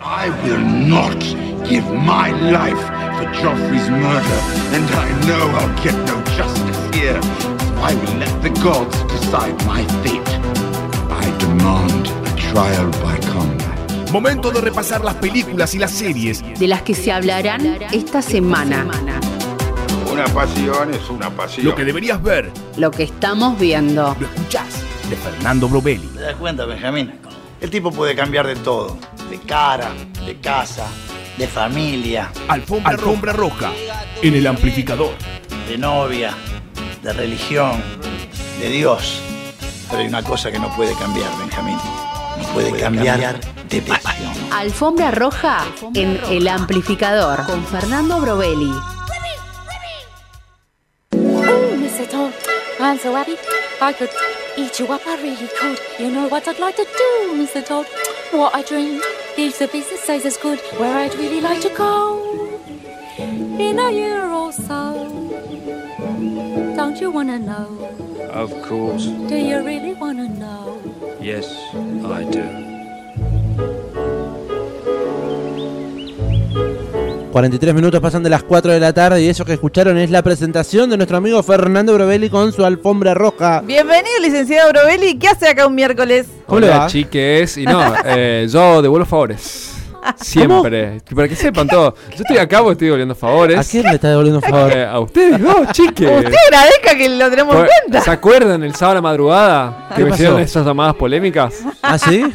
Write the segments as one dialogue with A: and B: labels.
A: I will not give my life for Joffrey's murder, and I know I'll get no justice here. So I will let the gods decide my fate. I demand a trial by combat.
B: Momento de repasar las películas y las series
C: de las que se hablarán esta semana.
D: Una pasión es una pasión.
B: Lo que deberías ver,
C: Lo que estamos viendo.
B: lo escuchás, de Fernando Brovelli.
E: ¿Te das cuenta, Benjamín? El tipo puede cambiar de todo. De cara, de casa, de familia,
B: Alfombra, Alfombra roja, en el amplificador.
E: de novia, de religión, de Dios. Pero hay una cosa que no puede cambiar, Benjamín. No puede, cambiar, de pasión.
C: Alfombra roja en El Amplificador con Fernando Brovelli.
F: Oh, Mr. Tom, I'm so happy. I could eat you up. I really could. You know what I'd like to do, Mr. Todd? What I dream. Leaves the business says it's good. Where I'd really like to go in a year or so. Don't you wanna know?
G: Of course,
F: Do you really wanna know?
G: yes, I do.
H: 43 minutos pasan de las 4 de la tarde y eso que escucharon es la presentación de nuestro amigo Fernando Brovelli con su alfombra roja.
I: Bienvenido, licenciado Brovelli. ¿Qué hace acá un miércoles?
H: ¿Cómo le
G: Hola,
H: va?
G: chiques. Y no, eh, yo devuelvo favores. Siempre. Para que sepan todo. Yo estoy acá porque estoy devolviendo favores.
H: ¿A quién le está devolviendo un favor?
G: Eh, a ustedes, no, chiques.
I: Usted agradezca que lo tenemos en
G: Pues,
I: cuenta.
G: ¿Se acuerdan el sábado a la madrugada
H: ¿Qué
G: que me
H: pasó?
G: hicieron esas llamadas polémicas?
H: ¿Ah, sí?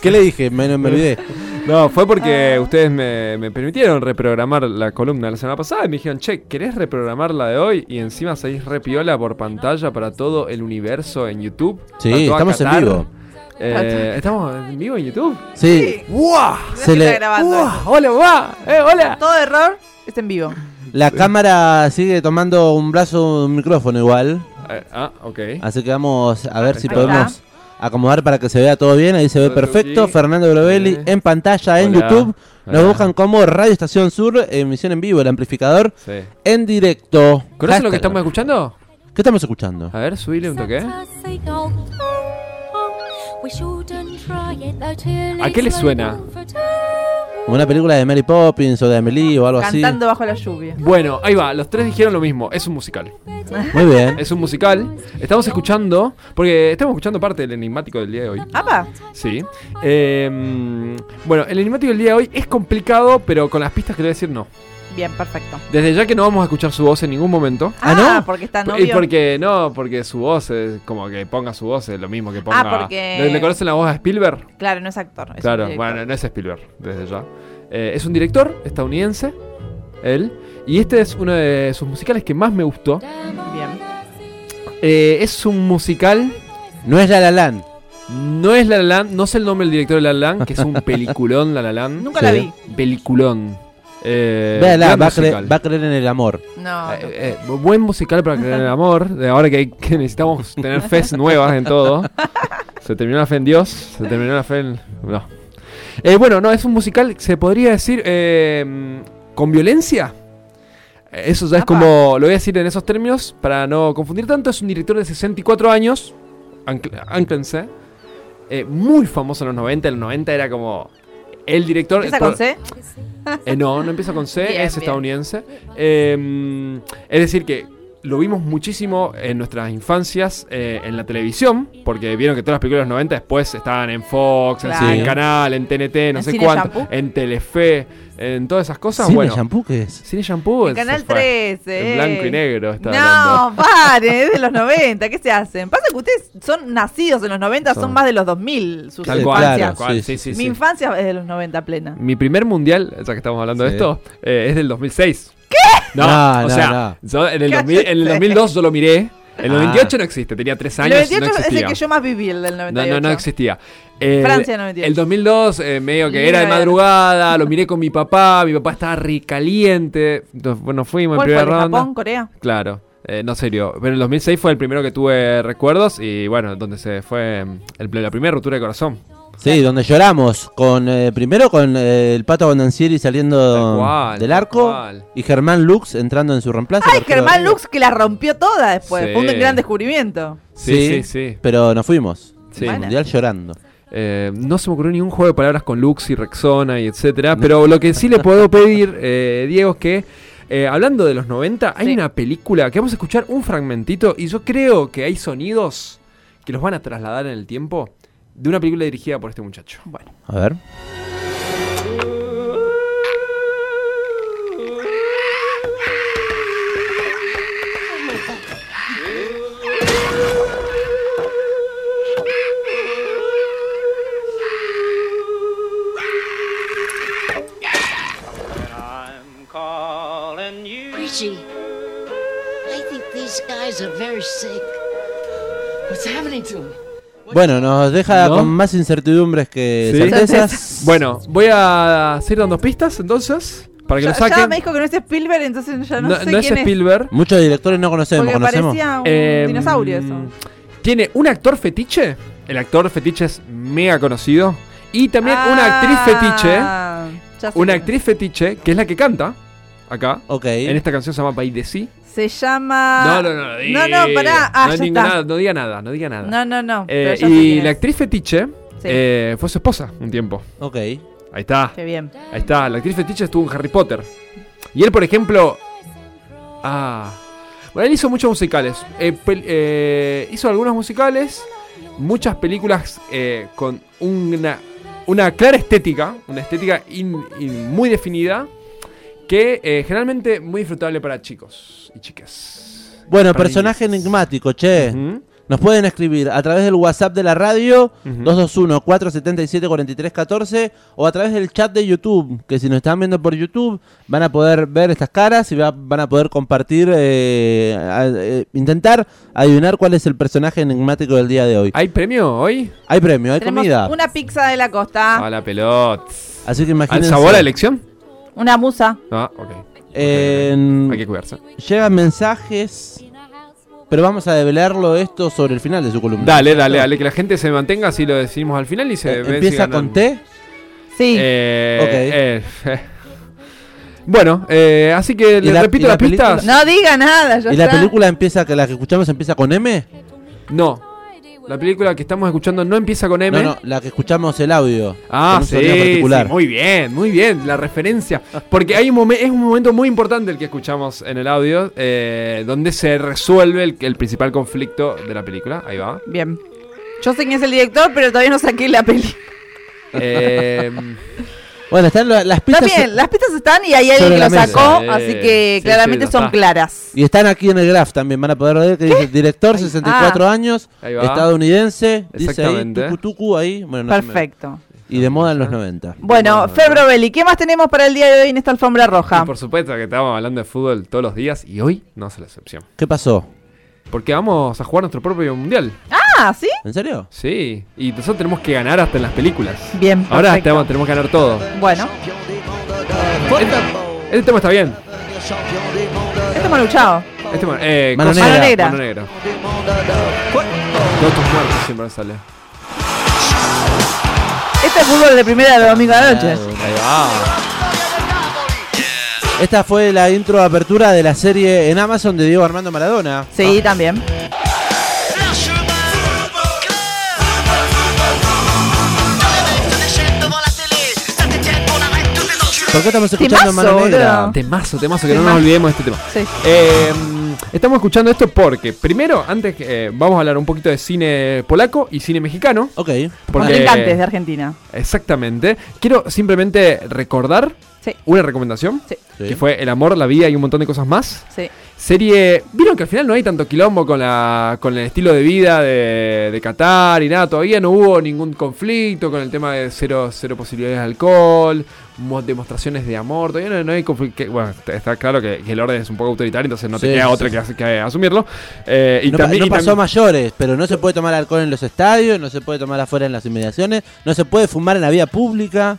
H: ¿Qué le dije? Me, me olvidé.
G: No, fue porque ustedes me, me permitieron reprogramar la columna de la semana pasada y me dijeron, che, ¿querés reprogramar la de hoy? Y encima salís repiola por pantalla para todo el universo en YouTube.
H: Sí,
G: Para toda
H: estamos en
G: Qatar.
H: vivo.
G: Eh, ¿Estamos en vivo en YouTube?
H: Sí.
G: ¡Guau!
I: No
H: Se
I: se está
H: le-
I: grabando.
G: ¡Guau! ¡Hola, guau! ¡Eh, hola!
I: Todo error está en vivo.
H: La cámara sigue tomando un brazo, un micrófono igual.
G: Eh, ah, ok.
H: Así que vamos a ver si
G: Ahí
H: podemos acomodar para que se vea todo bien. Ahí se ve
G: Todo
H: perfecto.
G: aquí.
H: Fernando Brovelli
G: Sí.
H: en pantalla en
G: Hola.
H: YouTube. Nos
G: Hola.
H: buscan como Radio Estación Sur, emisión en vivo, el amplificador,
G: Sí.
H: en directo.
G: ¿Conocen lo
H: Hashtag.
G: que estamos Ah. escuchando?
H: ¿Qué estamos escuchando?
G: A ver, subile un toque.
F: ¿A
G: ¿A qué le suena?
H: Como Una película de Mary Poppins o de Amelie o algo
I: Cantando bajo la lluvia.
G: Bueno, ahí va, los tres dijeron lo mismo, es un musical.
H: así. Muy bien.
G: Es un musical. Estamos escuchando, porque estamos escuchando parte del enigmático del día de hoy.
I: Apa,
G: Sí. Eh, bueno, el enigmático del día de hoy es complicado, pero con las pistas que le voy a decir no.
I: bien, perfecto.
G: Desde ya que no vamos a escuchar su voz en ningún momento.
H: Ah, ¿no?
I: porque está
G: Y
I: novio.
G: porque no, porque su voz es como que ponga su voz, es lo mismo que ponga.
I: Ah, porque-
G: ¿Le, le conocen la voz a Spielberg?
I: Claro, no es actor. es
G: claro,
I: un director.
G: bueno, no es Spielberg, desde ya. Eh, es un director estadounidense, él. Y este es uno de sus musicales que más me gustó.
I: Bien.
G: Eh, es un musical
H: No es La La Land.
G: No es La La Land, no sé el nombre del director de La La Land, que es un peliculón La La Land.
I: Nunca
H: Sí.
I: la vi.
G: Peliculón. Eh,
H: Véala,
G: gran
H: va, a cre-
G: musical.
H: va a creer en el amor.
I: No.
G: Eh, eh, bu- buen musical para creer en el amor. De ahora que, hay- que necesitamos tener fes nuevas en todo. Se terminó la fe en Dios, se terminó la fe en. No. Eh, bueno, no, es un musical, se podría decir, eh, con violencia. Eh, Eso ya es
I: Apa.
G: como, lo voy a decir en esos términos, para no confundir tanto, es un director de 64 años, ancl- anclense, eh, muy famoso en los 90, en los 90 era como el director...
I: ¿Empieza
G: por-
I: con C?
G: eh, no, no empieza con C,
I: Bien,
G: es
I: bien.
G: estadounidense. Eh, es decir, que lo vimos muchísimo en nuestras infancias eh, en la televisión, porque vieron que todas las películas de los 90 después estaban en Fox, en
I: Claro.
G: Cine Canal, en TNT, no
I: En
G: sé
I: Cine
G: cuánto,
I: Shampoo.
G: en Telefe, en todas esas cosas.
H: ¿Cine
G: Ah, bueno,
H: shampoo qué es?
G: Cine Shampoo.
I: En
G: se
I: Canal
G: fue.
I: 13.
G: En blanco y negro está hablando.
I: No, pare, es de los 90, ¿qué se hacen? Pasa que ustedes son nacidos en los 90, son
H: Son-
I: más de los 2000, sus
G: Tal cual,
I: infancias.
G: tal cual,
H: sí,
G: sí, sí,
I: Mi
G: sí.
I: infancia es de los 90 plena.
G: Mi primer mundial, ya que estamos hablando de
H: Sí.
G: esto, eh, es del 2006. ¿Qué? No,
H: No,
G: o
H: no,
G: sea, yo en el, 2000 en el
I: Cállate.
G: 2002 yo lo miré. En el
H: Ah.
G: 98 no existe, tenía 3
I: El
G: años.
I: 98
G: no
I: es el
G: existía.
I: que yo más viví, el del
G: No,
I: 98.
G: no, no existía. El,
I: Francia 98.
G: El 2002, eh, medio que
I: Ni
G: era de
I: idea.
G: madrugada, lo miré con mi papá, mi papá estaba recaliente. Entonces, bueno, fuimos en
I: ¿Cuál fue?
G: primera
I: ¿El
G: ronda.
I: Japón, Corea?
G: Claro, eh, no serio. Pero el 2006 fue el primero que tuve recuerdos y bueno, donde se fue mm, el- la primera ruptura de corazón.
H: Sí, donde lloramos. con eh, Primero con eh, el pato Bondancieri saliendo
G: Tal cual,
H: del
G: tal
H: arco
G: cual.
H: y Germán Lux entrando en su reemplazo.
I: Ay,
H: Porque-
I: Germán Lux que la rompió toda después.
G: Sí.
I: Fue un gran descubrimiento.
G: Sí, sí, sí.
H: Pero nos fuimos.
G: Sí.
H: Al Mundial llorando.
G: Eh, no se me ocurrió ningún juego de palabras con Lux y Rexona y etcétera. Pero lo que sí le puedo pedir, eh, Diego, es que. eh, hablando de los 90, hay
I: Sí.
G: una película que vamos a escuchar un fragmentito y yo creo que hay sonidos que los van a trasladar en el tiempo de una película dirigida por este muchacho.
I: Bueno,
H: A ver.
J: Richie, I think these guys are very sick. What's happening to them?
H: Bueno, nos deja
G: ¿No?
H: con más incertidumbres que
G: Sí.
H: certezas.
G: Bueno, voy a seguir dando pistas entonces para que
I: ya,
G: lo saquen.
I: ya me dijo que no es Spielberg, entonces ya no,
G: No-
I: sé
G: no es
I: quién es.
G: Spielberg.
H: Muchos directores no conocemos,
I: Porque
H: conocemos.
I: parecía Ah, un
G: Eh,
I: dinosaurio eso.
G: mm, Tiene un actor fetiche. El actor fetiche es mega conocido. Y también una
I: Ah.
G: actriz fetiche.
I: fetiche.
G: Una actriz fetiche que es la que canta acá.
H: Ok.
G: En esta canción se llama By the Sea.
I: Se llama.
G: No, no, no. di-
I: Ah, No, no, pará. Ah,
G: no,
I: ya
G: hay ninguna-
I: está.
G: no diga nada, no diga nada.
I: No, no, no. pero
G: Eh,
I: ya sé
G: y
I: quién
G: la
I: es.
G: actriz fetiche
I: Sí.
G: eh, fue su esposa un tiempo.
H: Ok.
G: Ahí está.
I: Qué bien.
G: Ahí está, la actriz fetiche estuvo en Harry Potter. Y él, por ejemplo. Ah. Bueno, él hizo muchos musicales. Eh, pel- eh, hizo algunos musicales. Muchas películas eh, con una, una clara estética. Una estética in- in- muy definida. Que eh, generalmente muy disfrutable para chicos y chicas.
H: Bueno,
G: Para
H: personaje
G: niños.
H: enigmático, che.
G: Ujú.
H: Nos pueden escribir a través del WhatsApp de la radio
G: Ujú.
H: 221-477-4314 o a través del chat de YouTube, que si nos están viendo por YouTube van a poder ver estas caras y va- van a poder compartir, eh, a- eh, intentar adivinar cuál es el personaje enigmático del día de hoy.
G: ¿Hay premio hoy?
H: Hay premio, hay
I: Tenemos
H: comida,
I: una pizza de la costa.
G: A la pelota.
H: así que
G: ¿Al
H: imagínense.
G: sabor a la elección?
I: Una musa.
G: Ah, ok.
H: en-
G: Hay que cuidarse.
H: Llegan mensajes, pero vamos a develarlo esto sobre el final de su columna.
G: Dale, dale, dale, que la gente se mantenga así lo decimos al final y se
H: Eh,
G: ve si
H: Empieza
G: ganan.
H: con T.
I: Sí.
G: Eh,
H: Ok.
G: eh, bueno, eh, así que le
H: la-
G: repito
H: y la
G: las pistas.
I: no diga nada. Ya
H: ¿Y la
I: está.
H: película empieza, que la que escuchamos empieza con M?
G: No. La película que estamos escuchando no empieza con
H: No,
G: M.
H: no, la que escuchamos el audio.
G: Ah,
H: con un
G: sí,
H: sonido particular.
G: sí, muy bien, muy bien, la referencia. Porque hay un momen- es un momento muy importante el que escuchamos en el audio, eh, donde se resuelve el, el principal conflicto de la película. Ahí va.
I: Bien. Yo sé quién es el director, pero todavía no saqué la peli.
G: Eh,
H: Bueno, están la- las
I: Está
H: pistas
I: bien, las pistas están y ahí hay
H: Sobre
I: alguien que
H: la
I: lo
H: mesa.
I: sacó,
G: Sí,
I: Oh, así que
G: sí,
I: claramente
G: sí, ya
I: son
G: está.
I: claras.
H: y están aquí en el graph también, van a poder ver que dice director 64 años,
G: Ahí va.
H: estadounidense, dice ahí
G: Exactamente.
H: tucu tucu ahí, bueno, no se me ve.
I: Perfecto.
H: y de moda en los 90.
I: Bueno, Febrovelli, ¿qué más tenemos para el día de hoy en esta alfombra roja?
G: y por supuesto que estábamos hablando de fútbol todos los días y hoy no es la excepción.
H: ¿Qué pasó?
G: Porque vamos a jugar nuestro propio mundial.
I: Ah, ¿sí?
H: ¿En serio?
G: Sí. Y nosotros tenemos que ganar hasta en las películas.
I: Bien,
G: Ahora
I: perfecto.
G: tenemos, tenemos que ganar todo.
I: Bueno,
G: Este tema está bien.
I: esto hemos luchado.
G: Este tema, eh,
H: Mano
G: cosa-
H: negra.
I: negra.
G: Mano negra. Todos tus muertos siempre me sale.
I: Este es fútbol de primera de domingo a la noche.
G: Ahí va.
H: Esta fue la intro apertura de la serie en Amazon de Diego Armando Maradona.
G: Ah.
I: Sí, también.
H: ¿Por qué estamos escuchando
I: Temazo,
H: Mano Negra?
I: boludo.
G: Temazo, temazo, que no
I: Temazo.
G: nos olvidemos de este tema.
I: Sí.
G: Eh, estamos escuchando esto porque, primero, antes que eh, vamos a hablar un poquito de cine polaco y cine mexicano.
H: Ok, Ah,
G: Porque,
I: Contrincantes de Argentina.
G: Exactamente. Quiero simplemente recordar
I: Sí.
G: una recomendación.
I: Sí.
H: Sí.
G: Que fue El amor, la vida y un montón de cosas más.
I: Sí.
G: Serie. Vieron que al final no hay tanto quilombo con la. con el estilo de vida de, de Qatar y nada. Todavía no hubo ningún conflicto con el tema de cero, cero posibilidades de alcohol. mo- Demostraciones de amor. Todavía no, no hay conflicto. que- Bueno, está, está claro que, que el orden es un poco autoritario, entonces no te
H: Sí,
G: queda
H: sí,
G: otra que, as- que asumirlo. Eh, y
H: no, pa-
G: también,
H: no
G: y
H: pasó a
G: también-
H: mayores, pero no se puede tomar alcohol en los estadios, no se puede tomar afuera en las inmediaciones, no se puede fumar en la vía pública.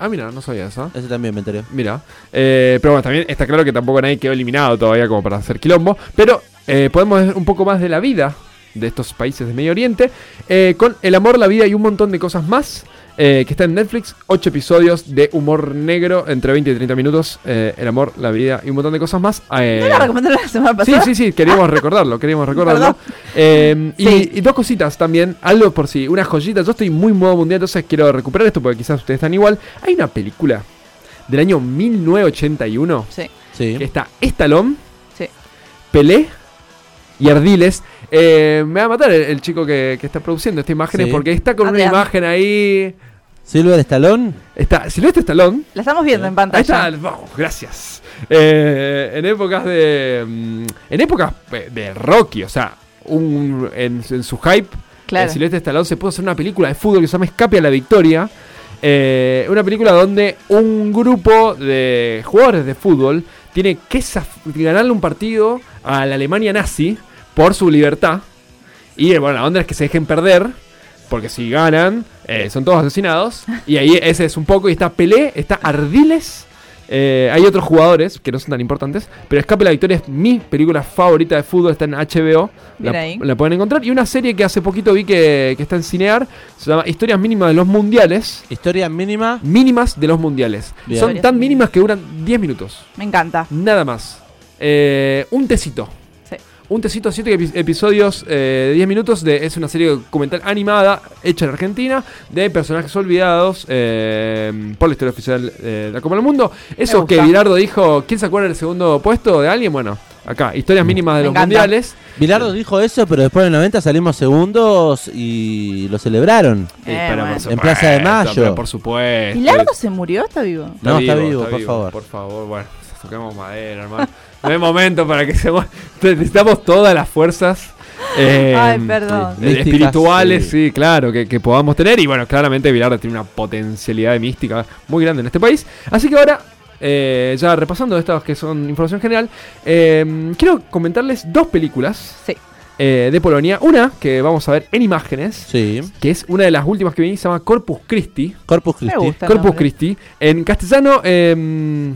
G: Ah, mira, no sabía eso.
H: Eso también me enteré.
G: Mira, eh, pero bueno, también está claro que tampoco nadie quedó eliminado todavía como para hacer quilombo, pero eh, podemos ver un poco más de la vida de estos países de Medio Oriente, eh, con el amor, la vida y un montón de cosas más. eh, que está en Netflix. Ocho episodios de humor negro entre 20 y 30 minutos. eh, el amor, la vida y un montón de cosas más. Eh,
I: ¿No la recomendaron la semana
G: Sí,
I: pasada?
G: sí, sí, queríamos recordarlo, queríamos recordarlo.
I: Perdón.
G: Eh, y-
I: Sí.
G: y, dos cositas también, algo por si, una joyita, yo estoy muy modo mundial, entonces quiero recuperar esto porque quizás ustedes están igual. Hay una película del año 1981
I: Sí.
H: Sí.
G: que está Estalón,
I: Sí.
G: Pelé y Ardiles. Eh, me va a matar el, el chico que, que está produciendo esta imagen
H: Sí.
G: porque está con
I: Ah,
G: una
I: te amo.
G: imagen ahí.
H: Silver Stallone.
G: Está Silvestre Estalón.
I: La estamos viendo en
G: Eh, Ahí está,
I: pantalla.
G: vamos, gracias. Eh, en épocas de. mm, En épocas eh, de Rocky, o sea, un, en, en su hype,
I: Claro.
G: eh, Silvestre Stallone se puso a hacer una película de fútbol que se llama Escape a la Victoria. Eh, una película donde un grupo de jugadores de fútbol tiene que zaf- ganarle un partido a la Alemania nazi por su libertad. Y eh, bueno, la onda es que se dejen perder. Porque si ganan, eh, son todos asesinados. Y ahí ese es un poco. Y está Pelé, está Ardiles. eh, hay otros jugadores que no son tan importantes. Pero Escape la Victoria es mi película favorita de fútbol. Está en HBO.
I: Mira
G: La,
I: ahí.
G: la pueden encontrar. Y una serie que hace poquito vi que, que está en Cinear. Se llama Historias Mínimas de los Mundiales.
H: Historia mínima.
G: Mínimas de los Mundiales.
H: Bien.
G: Son tan mínimas que duran 10 minutos.
I: Me encanta.
G: Nada más. Eh, un tecito.
I: Sí.
G: Un tecito, 7 episodios eh, de 10 minutos. De, es una serie documental animada hecha en Argentina de personajes olvidados eh, por la historia oficial eh, de la Copa del Mundo. Eso
I: gusta.
G: que Virardo dijo, ¿quién se acuerda del segundo puesto de alguien? Bueno, acá, historias mínimas de
I: Me
G: los
I: encanta.
G: mundiales.
H: Bilardo dijo eso, pero después en el 90 salimos segundos y lo celebraron.
G: Sí,
I: Eh,
G: pero
I: bueno.
G: por
H: En Plaza de
G: supuesto,
H: Mayo.
G: pero Por supuesto.
I: ¿Pilardo se murió? ¿Está vivo?
H: No, está vivo, por favor.
G: Por favor, bueno, toquemos madera, hermano. No hay momento para que se muera. Necesitamos todas las fuerzas. eh,
I: Ay, perdón.
G: eh,
H: Místicas,
G: espirituales,
H: sí.
G: sí, claro, que, que podamos tener. Y bueno, claramente Bilardo tiene una potencialidad de mística muy grande en este país. Así que ahora, eh, ya repasando estas que son información general, eh, quiero comentarles dos películas
I: Sí.
G: eh, de Polonia. Una que vamos a ver en imágenes,
H: Sí.
G: que es una de las últimas que vi, se llama Corpus Christi.
H: Corpus
I: Me
H: Christi.
I: gusta. el
G: Corpus
I: nombre.
G: Christi. En castellano eh,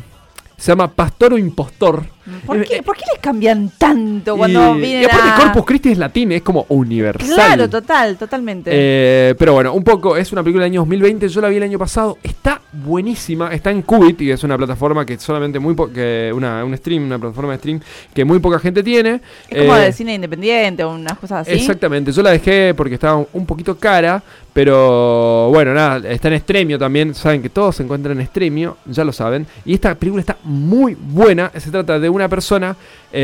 G: se llama Pastor o Impostor.
I: ¿Por
G: Eh,
I: qué,
G: eh,
I: ¿Por qué les cambian tanto cuando
G: Y,
I: vienen
G: y aparte
I: a-
G: Corpus Christi es latín, es como universal.
I: Claro, total, totalmente.
G: Eh, pero bueno, un poco, es una película del año 2020, yo la vi el año pasado, está buenísima, está en Qubit y es una plataforma que solamente muy po- que una, un stream, una plataforma de stream que muy poca gente tiene.
I: es como
G: Eh,
I: de cine independiente o unas cosas así.
G: Exactamente, yo la dejé porque estaba un- un poquito cara, pero bueno, nada, está en Estremio también, saben que todos se encuentran en Estremio, ya lo saben, y esta película está muy buena, se trata de una persona,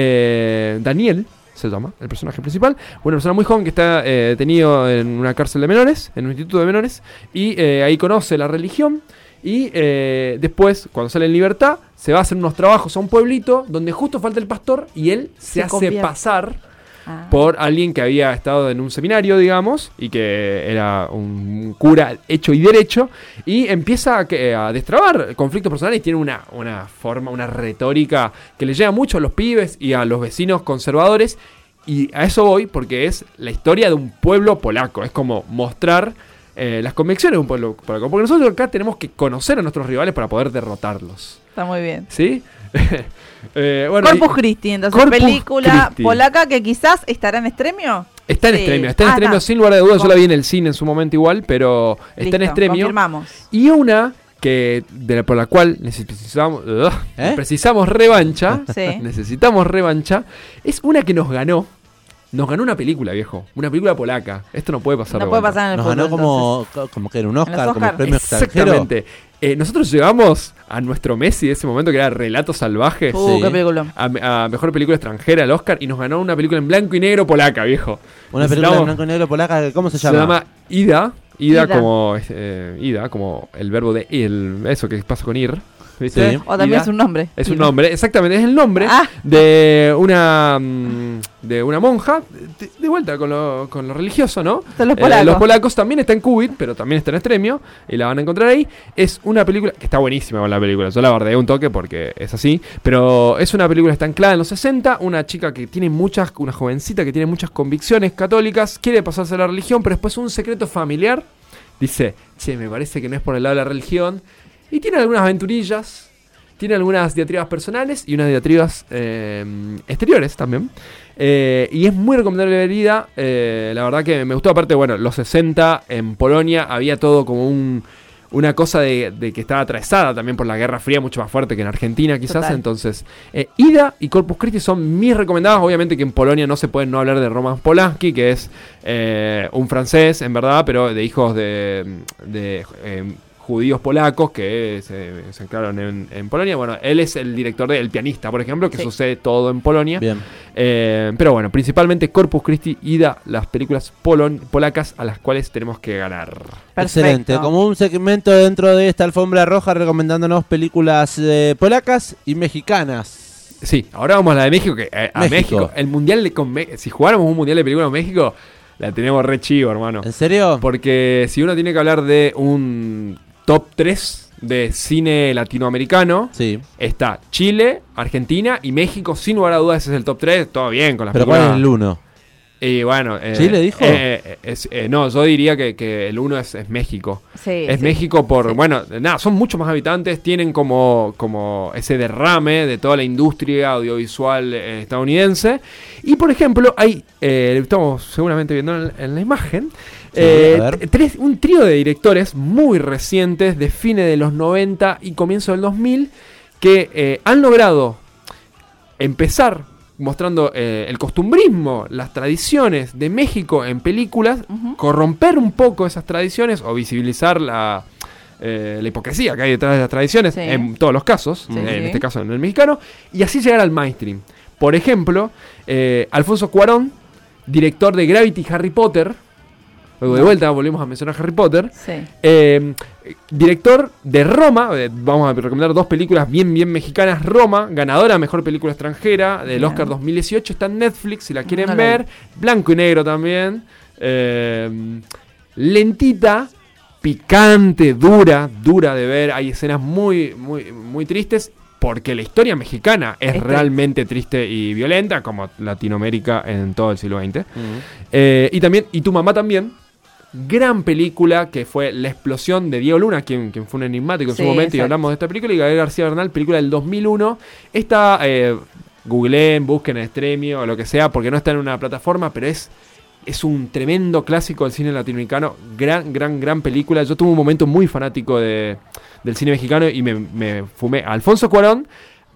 G: eh, Daniel se llama, el personaje principal, una persona muy joven que está eh, detenido en una cárcel de menores, en un instituto de menores, y eh, ahí conoce la religión, y eh, después, cuando sale en libertad, se va a hacer unos trabajos a un pueblito donde justo falta el pastor y él se,
I: Se
G: hace
I: convierte.
G: pasar
I: Ah,
G: por alguien que había estado en un seminario, digamos, y que era un cura hecho y derecho, y empieza a, que- a destrabar conflictos personales, tiene una, una forma, una retórica que le llega mucho a los pibes y a los vecinos conservadores, y a eso voy porque es la historia de un pueblo polaco, es como mostrar... eh, las convicciones de un pueblo polaco. Porque nosotros acá tenemos que conocer a nuestros rivales para poder derrotarlos.
I: está muy bien.
G: ¿Sí? Eh, bueno, y-
I: Corpus Christi, entonces
G: Corpus
I: película
G: Christi.
I: polaca que quizás estará en extremio.
G: Está en
I: Sí.
G: Estremio, está en
I: Ah,
G: Estremio
I: está.
G: sin lugar de dudas. Yo
I: Con-
G: la vi en el cine en su momento igual, pero está en
I: Listo,
G: Estremio.
I: Confirmamos.
G: Y una que de la, por la cual necesitamos, ugh,
H: ¿Eh?
G: precisamos revancha,
I: Sí.
G: necesitamos revancha, es una que nos ganó. Nos ganó una película, viejo. Una película polaca. Esto no puede pasar.
I: No
G: de
I: puede
G: vuelta.
I: pasar en el
H: Nos
I: fútbol,
H: ganó como, co- como que era un Oscar,
I: los
H: como
I: Oscar.
H: premio extranjero.
G: Exactamente. Eh, nosotros llegamos a nuestro Messi de ese momento que era Relatos Salvajes.
I: entonces. Uh,
H: Sí.
I: qué película.
G: A, a mejor película extranjera al Oscar y nos ganó una película en blanco y negro polaca, viejo.
H: Una película en
G: Necesitamos-
H: blanco y negro polaca, ¿cómo se
G: Se
H: llama?
G: llama Ida. Ida,
I: Ida.
G: como eh, Ida, como el verbo de il, eso que pasa con ir. ¿viste?
H: Sí.
I: O también
G: Ida.
I: es un nombre.
G: Es un nombre, exactamente, es el nombre
I: Ah.
G: de una mm, de una monja, de, de vuelta con lo, con lo religioso, ¿no? Eh,
I: Son los polacos.
G: polacos también está en Qubit, pero también está en Estremio, y la van a encontrar ahí. Es una película, que está buenísima la película, yo la bardeé un toque porque es así, pero es una película que está anclada en los 60, una chica que tiene muchas, una jovencita que tiene muchas convicciones católicas, quiere pasarse a la religión, pero después un secreto familiar dice, che, me parece que no es por el lado de la religión, y tiene algunas aventurillas. Tiene algunas diatribas personales y unas diatribas eh, exteriores también. Eh, y es muy recomendable ver Ida. eh, la verdad que me gustó. Aparte, bueno, los 60 en Polonia había todo como un, una cosa de, de que estaba atravesada también por la Guerra Fría, mucho más fuerte que en Argentina quizás.
I: Total.
G: Entonces, eh, Ida y Corpus Christi son mis recomendadas. Obviamente que en Polonia no se puede no hablar de Roman Polanski, que es eh, un francés, en verdad, pero de hijos de, de, eh, judíos polacos que se, se anclaron en, en Polonia. Bueno, él es el director de El Pianista, por ejemplo, que
I: Sí.
G: sucede todo en Polonia.
H: Bien.
G: Eh, pero bueno, principalmente Corpus Christi ida las películas polon- polacas a las cuales tenemos que ganar.
H: Excelente. Como un segmento dentro de esta alfombra roja recomendándonos películas eh, polacas y mexicanas.
G: Sí, ahora vamos a la de México. Que, eh, a México.
H: México.
G: El mundial de, con Me- Si jugáramos un mundial de películas en México, la tenemos re chivo, hermano.
H: ¿En serio?
G: Porque si uno tiene que hablar de un top 3 de cine latinoamericano,
H: Sí.
G: está Chile, Argentina y México. Sin lugar a dudas, ese es el top 3. Todo bien con las
H: Pero ¿cuál
G: películas.
H: es el uno?
G: Y bueno. eh,
H: ¿Chile dijo?
G: eh, eh, es- eh, no, yo diría que, que el uno es, es México.
I: Sí,
G: es
I: sí.
G: México por, bueno, nada, son muchos más habitantes, tienen como, como ese derrame de toda la industria audiovisual eh, estadounidense. Y por ejemplo, hay, eh, estamos seguramente viendo en, en la imagen, eh,
H: a ver.
G: t- tres- un trío de directores muy recientes de fines de los 90 y comienzo del 2000 que eh, han logrado empezar mostrando eh, el costumbrismo, las tradiciones de México en películas, corromper un poco esas tradiciones o visibilizar la, eh, la hipocresía que hay detrás de las tradiciones,
I: Sí.
G: en todos los casos,
I: Sí,
G: en
I: sí.
G: este caso en el mexicano, y así llegar al mainstream. Por ejemplo, eh, Alfonso Cuarón, director de Gravity y Harry Potter, luego de vuelta volvemos a mencionar Harry Potter,
I: Sí.
G: eh, director de Roma, eh, vamos a recomendar dos películas bien, bien mexicanas. Roma, ganadora a mejor película extranjera del
I: Bien. Ah,
G: Oscar 2018, está en Netflix si la quieren
I: No la
G: ver. Blanco y negro también. Eh, lentita, picante, dura, dura de ver. Hay escenas muy, muy, muy tristes. Porque la historia mexicana es
I: Es triste.
G: realmente triste y violenta, como Latinoamérica en todo el siglo XX.
I: Mm.
G: Eh, y también, y tu mamá también. Gran película que fue La explosión de Diego Luna, quien, quien fue un enigmático en su
I: Sí,
G: momento y
I: exacto.
G: hablamos de esta película. Y Gabriel García Bernal, película del 2001. Esta, eh, googleen, busquen en Stremio o lo que sea, porque no está en una plataforma, pero es, es un tremendo clásico del cine latinoamericano. Gran, gran, gran película. Yo tuve un momento muy fanático de, del cine mexicano y me, me fumé a Alfonso Cuarón,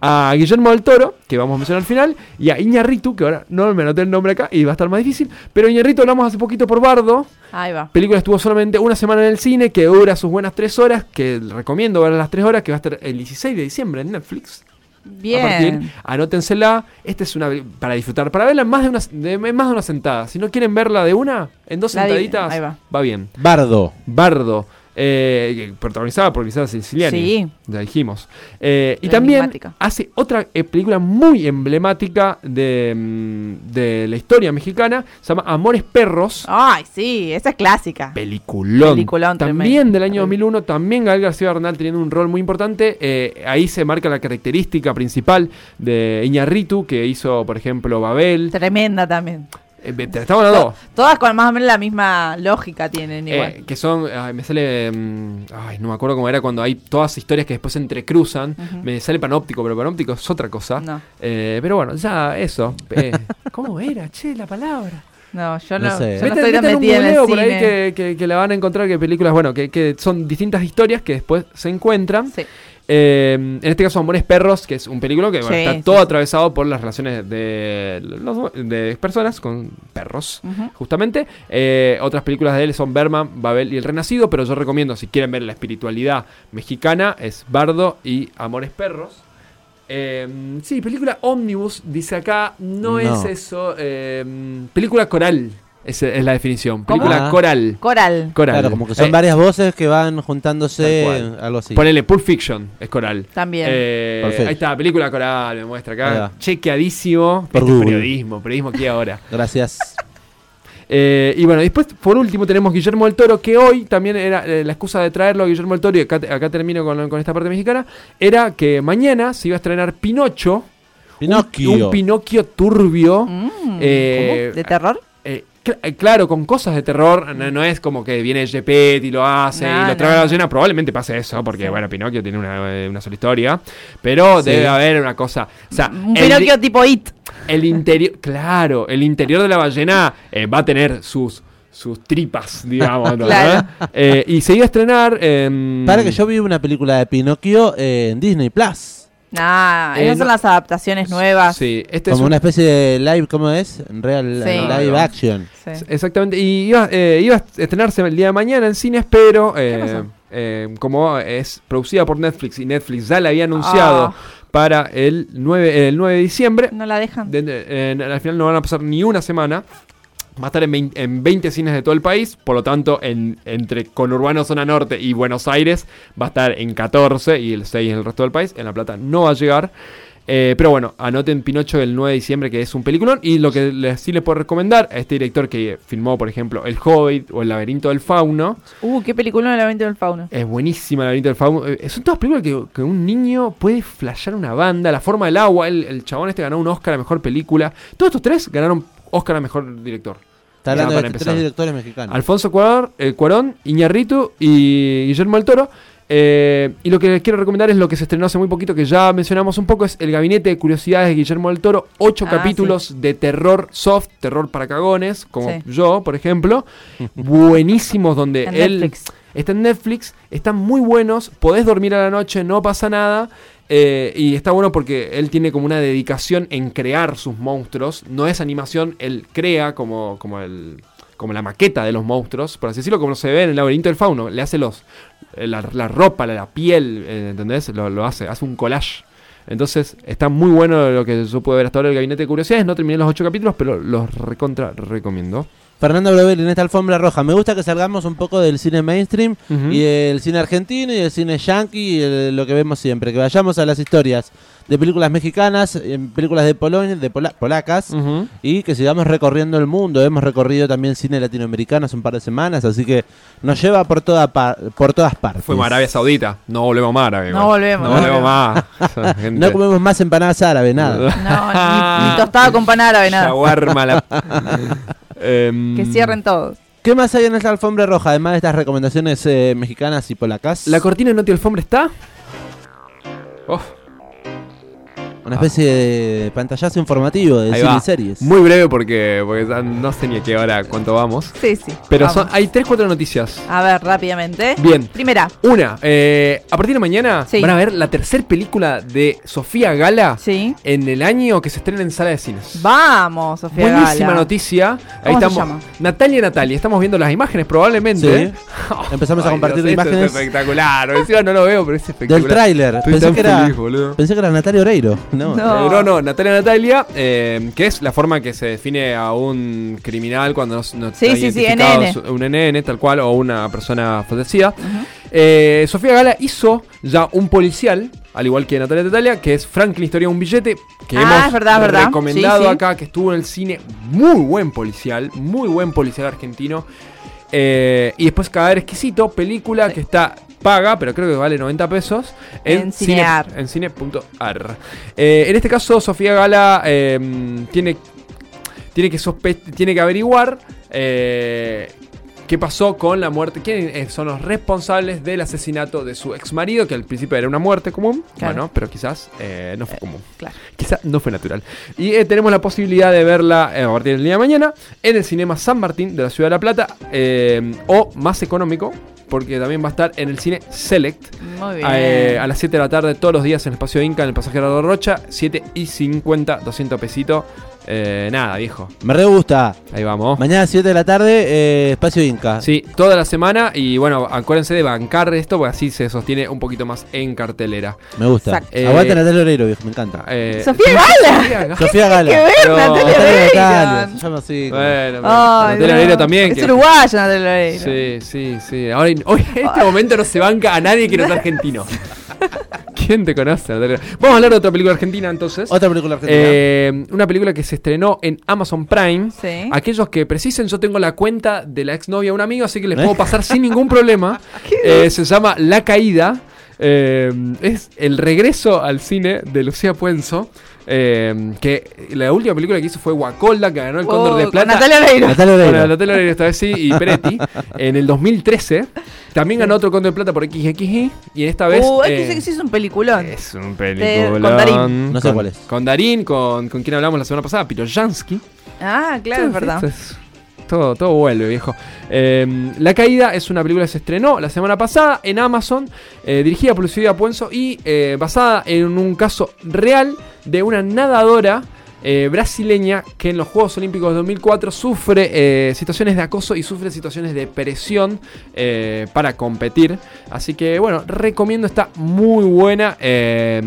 G: a Guillermo del Toro, que vamos a mencionar al final, y a Iñarritu, que ahora no me anoté el nombre acá y va a estar más difícil, pero Iñarritu hablamos hace poquito por Bardo,
I: Ahí va.
G: película estuvo solamente una semana en el cine, que dura sus buenas tres horas, que recomiendo ver las tres horas, que va a estar el 16 de diciembre en Netflix. A partir,
I: Bien.
G: anótensela, esta es una para disfrutar, para verla en más de una, de- en más de una sentada, si no quieren verla de una, en dos
I: La di-
G: sentaditas,
I: ahí va.
G: va bien.
H: Bardo.
G: Bardo, eh, protagonizada por Grisada Siciliani.
I: Sí.
G: Ya dijimos. Eh, y
I: La
G: también
I: enigmática.
G: hace otra eh, película muy emblemática de, mm, de la historia mexicana. Se llama Amores Perros.
I: Ay, sí, esa es clásica.
G: Peliculón.
I: Peliculón
G: también
I: tremendo.
G: del año 2001, también Gael García Bernal teniendo un rol muy importante. Eh, ahí se marca la característica principal de Iñarritu, que hizo, por ejemplo, Babel.
I: Tremenda también.
G: Eh, te- estaban las dos.
I: To- Todas con más o menos la misma lógica tienen
G: Eh,
I: igual.
G: que son, ay, me sale, mm, ay, no me acuerdo cómo era cuando hay todas historias que después se entrecruzan. Me sale panóptico, pero panóptico es otra cosa.
I: No.
G: Eh, pero bueno, ya eso. Eh, ¿Cómo era, che, la palabra?
I: No, yo
H: No
I: no,
H: sé.
I: yo no
G: Metan-
I: estoy tan
G: metan
I: metida en el
G: googleo
I: cine.
G: por ahí que, que- que la van a encontrar, que películas, bueno, que, que son distintas historias que después se encuentran.
I: Sí.
G: Eh, en este caso, Amores Perros, que es un película que bueno,
I: Sí,
G: está
I: sí,
G: todo
I: sí.
G: atravesado por las relaciones de, los- de personas con perros, justamente. Eh, otras películas de él son Berman, Babel y El Renacido, pero yo recomiendo, si quieren ver la espiritualidad mexicana, es Bardo y Amores Perros. Eh, sí, película Omnibus, dice acá, no,
H: No.
G: es eso. eh, película coral, esa es la definición.
I: ¿Cómo?
G: Película
H: Ah.
G: coral.
I: Coral.
G: Coral.
H: Claro, como que son
G: Eh,
H: varias voces que van juntándose,
G: Tal cual.
H: algo así.
G: Ponele Pulp Fiction, es coral.
I: También.
G: Eh,
H: Perfecto.
G: ahí está, película coral, me muestra
H: Ahí
G: acá.
H: va.
G: Chequeadísimo.
H: Por
G: Esto es
H: Google.
G: periodismo, periodismo aquí ahora.
H: Gracias.
G: Eh, y bueno, después, por último, tenemos Guillermo del Toro, que hoy también era eh, la excusa de traerlo a Guillermo del Toro, y acá, acá termino con, con esta parte mexicana, era que mañana se iba a estrenar Pinocho.
H: Pinocchio.
G: Un, un Pinocchio turbio.
I: Mm,
G: eh,
I: ¿cómo? ¿De terror?
G: eh, Cl- eh, claro, con cosas de terror,
I: Mm.
G: no, no es como que viene Gepet y lo hace
I: No,
G: y lo
I: no.
G: trae a la ballena. Probablemente pase eso, porque, bueno, Pinocchio tiene una, eh, una sola historia. Pero
H: Sí.
G: debe haber una cosa. O sea,
I: Un
G: el-
I: Pinocchio tipo It.
G: el interior, claro, el interior de la ballena eh, va a tener sus sus tripas, digamos, ¿no?
I: Claro.
G: Eh, y se iba a estrenar em,
H: Para que yo vi una película de Pinocchio eh, en Disney Plus.
I: Nah,
G: Eh,
I: esas
G: no-
I: son las adaptaciones nuevas.
G: Sí, este es
H: Como
G: un-
H: una especie de live, ¿cómo es? Real
I: Sí.
H: live
G: No, no.
H: action.
I: Sí.
G: Exactamente, y iba, eh, iba a estrenarse el día de mañana en cines, pero eh, eh, como es producida por Netflix y Netflix ya la había anunciado
I: Ah.
G: para el 9, el 9 de diciembre,
I: No la dejan.
G: de- de- en- al final no van a pasar ni una semana. Va a estar en vein- en 20, cines de todo el país, por lo tanto, en, entre Conurbano Zona Norte y Buenos Aires va a estar en 14 y el 6 en el resto del país. En La Plata no va a llegar. Eh, pero bueno, anoten Pinocho el 9 de diciembre, que es un peliculón. Y lo que les, sí les puedo recomendar a este director que filmó, por ejemplo, El Hobbit o El Laberinto del Fauno.
I: Uh, qué película de la mente del fauno.
G: Es buenísima la Laberinto del Fauno. Eh, Son todas películas que, que un niño puede flashear una banda. La forma del agua. El, el chabón este ganó un Oscar a mejor película. Todos estos tres ganaron Oscar a mejor director.
H: Está hablando
G: Ya,
H: de
G: para
H: tres
G: empezar.
H: directores mexicanos.
G: Alfonso Cuarón, eh, Cuarón Iñarritu y Guillermo del Toro. Eh, y lo que les quiero recomendar es lo que se estrenó hace muy poquito, que ya mencionamos un poco, es El Gabinete de Curiosidades de Guillermo del Toro. Ocho
I: Ah,
G: capítulos de terror soft, terror para cagones, como
I: Sí.
G: yo, por ejemplo. Buenísimos, donde
I: En
G: él
I: Netflix.
G: está en Netflix, están muy buenos, podés dormir a la noche, no pasa nada. eh, y está bueno porque él tiene como una dedicación en crear sus monstruos. No es animación, él crea como, como, el, como la maqueta de los monstruos, por así decirlo, como se ve en el laberinto del fauno. Le hace los, eh, la, la ropa, la, la piel, eh, ¿entendés? Lo, lo hace, hace un collage. Entonces está muy bueno lo que yo pude ver hasta ahora el Gabinete de Curiosidades. No terminé los ocho capítulos, pero los recontra recomiendo.
H: Fernando Brovelli en esta alfombra roja. Me gusta que salgamos un poco del cine mainstream
G: Ujú.
H: y del cine argentino y del cine yankee y el- lo que vemos siempre. Que vayamos a las historias de películas mexicanas, en películas de Polonia, de pola- polacas
G: Ujú.
H: y que sigamos recorriendo el mundo. Hemos recorrido también cine latinoamericano hace un par de semanas, así que nos lleva por, toda pa- por todas partes.
G: Fuimos a Arabia Saudita. No volvemos más a Arabia.
I: No
G: igual.
I: volvemos,
G: No
I: no
G: volvemos más. Esa gente.
H: No comemos más empanadas árabes, nada.
I: No, ni, ni tostada con pan árabe, nada.
G: Shawarma, la- Em,
I: Que cierren todos.
H: ¿Qué más hay en esta alfombra roja, además de estas recomendaciones eh, mexicanas y polacas?
G: ¿La cortina de Noti Alfombra está? Oh,
H: Una especie de pantallazo informativo de
G: ahí
H: cine
G: va.
H: y series.
G: Muy breve porque, porque ya no sé ni a qué hora cuánto vamos.
I: Sí, sí.
G: Pero
I: vamos.
G: son, hay 3-4 noticias.
I: A ver, rápidamente.
G: Bien.
I: Primera.
G: Una, eh, a partir de mañana
I: Sí.
G: van a ver la tercer película de Sofía Gala
I: Sí.
G: en el año que se estrena en sala de cines.
I: Vamos, Sofía
G: Buenísima
I: Gala.
G: noticia. Ahí
I: ¿Cómo se
G: estamos.
I: llama?
G: Natalia Natalia, estamos viendo las imágenes probablemente.
H: Sí. Empezamos a compartir
G: Dios, esto
H: imágenes.
G: Es espectacular. Encima no lo veo, pero es espectacular.
H: Del tráiler.
G: Estoy
H: Pensé
G: tan
H: que era-
G: feliz, boludo.
H: Pensé que era Natalia Oreiro. No.
I: No.
G: Eh, no, no, Natalia Natalia, eh, que es la forma que se define a un criminal cuando no, no
I: Sí, sí, sí,
G: identificado
I: NN.
G: su- un NN tal cual o una persona fallecida. Eh, Sofía Gala hizo ya un policial, al igual que Natalia Natalia, que es Franklin Historia de un billete, que
I: Ah,
G: hemos
I: es verdad, es verdad.
G: recomendado
I: Sí, sí.
G: acá, que estuvo en el cine, muy buen policial, muy buen policial argentino. Eh, y después Cadáver Exquisito, película que está paga, pero creo que vale 90 pesos.
I: En Cinear.
G: En cine.ar. Eh, en este caso, Sofía Gala eh, tiene, tiene, que sospe- tiene que averiguar eh, qué pasó con la muerte. ¿Quiénes eh, son los responsables del asesinato de su ex marido? Que al principio era una muerte común.
I: Claro.
G: Bueno, pero quizás eh, no fue común.
I: claro.
G: Quizás no fue natural. Y eh, tenemos la posibilidad de verla eh, a partir del día de mañana en el Cinema San Martín de la Ciudad de La Plata. eh, o más económico, porque también va a estar en el cine Select.
I: Muy bien.
G: Eh, a las 7 de la tarde, todos los días en el espacio Inca, en el pasaje Gerardo Rocha, 7 y 50, 200 pesitos. Eh, nada, viejo.
H: Me re gusta.
G: Ahí vamos.
H: Mañana 7 de la tarde, eh, Espacio Inca.
G: Sí, toda la semana. Y bueno, acuérdense de bancar esto, porque así se sostiene un poquito más en cartelera.
H: Me gusta.
I: Exacto.
G: Eh,
H: Aguante Natalia Oreiro, viejo. Me encanta.
G: Eh,
I: Sofía Gala.
G: Sofía Gala.
H: Sofía Gala.
I: Qué ver,
G: Pero-
I: Natalia
H: Natalia
I: Oreiro.
H: Natalia, se llama así.
G: Bueno, pero
I: Ay,
G: Natalia
I: no.
G: Oreiro también.
I: Es
G: que-
I: uruguaya Natalia Oreiro.
G: Sí, sí, sí. Ahora, hoy, en este momento no se banca a nadie que no sea argentino. ¿Quién te conoce? Natalia Oreiro? Vamos a hablar de otra película argentina entonces.
H: Otra película argentina.
G: Eh, una película que se estrenó en Amazon Prime.
I: Sí.
G: Aquellos que precisen, yo tengo la cuenta de la exnovia de un amigo, así que les
H: ¿Eh?
G: puedo pasar sin ningún problema. Eh, se llama La Caída. Eh, es el regreso al cine de Lucía Puenzo. Eh, que la última película que hizo fue Wacolda, que ganó el
I: Oh,
G: Cóndor de
I: con
G: Plata.
I: Natalia Oreiro.
H: Natalia Oreiro.
G: Bueno, Natalia Oreiro esta vez sí, y Peretti. En el 2013 también ganó otro Cóndor de Plata por XXI. Y en esta vez.
I: Uh, es
G: eh,
I: que sí- sí es un peliculón.
G: es un
I: Te-
G: peliculón.
I: con Darín.
H: No sé cuál es.
G: Con Darín, con, con quien hablamos la semana pasada, Pirojansky.
I: Ah, claro, es
G: Sí,
I: verdad.
G: esto es- todo, todo vuelve, viejo. Eh, la Caída es una película que se estrenó la semana pasada en Amazon, eh, dirigida por Lucía Puenzo y eh, basada en un caso real de una nadadora eh, brasileña que en los Juegos Olímpicos de 2004 sufre eh, situaciones de acoso y sufre situaciones de presión eh, para competir. Así que bueno, recomiendo, está muy buena. eh,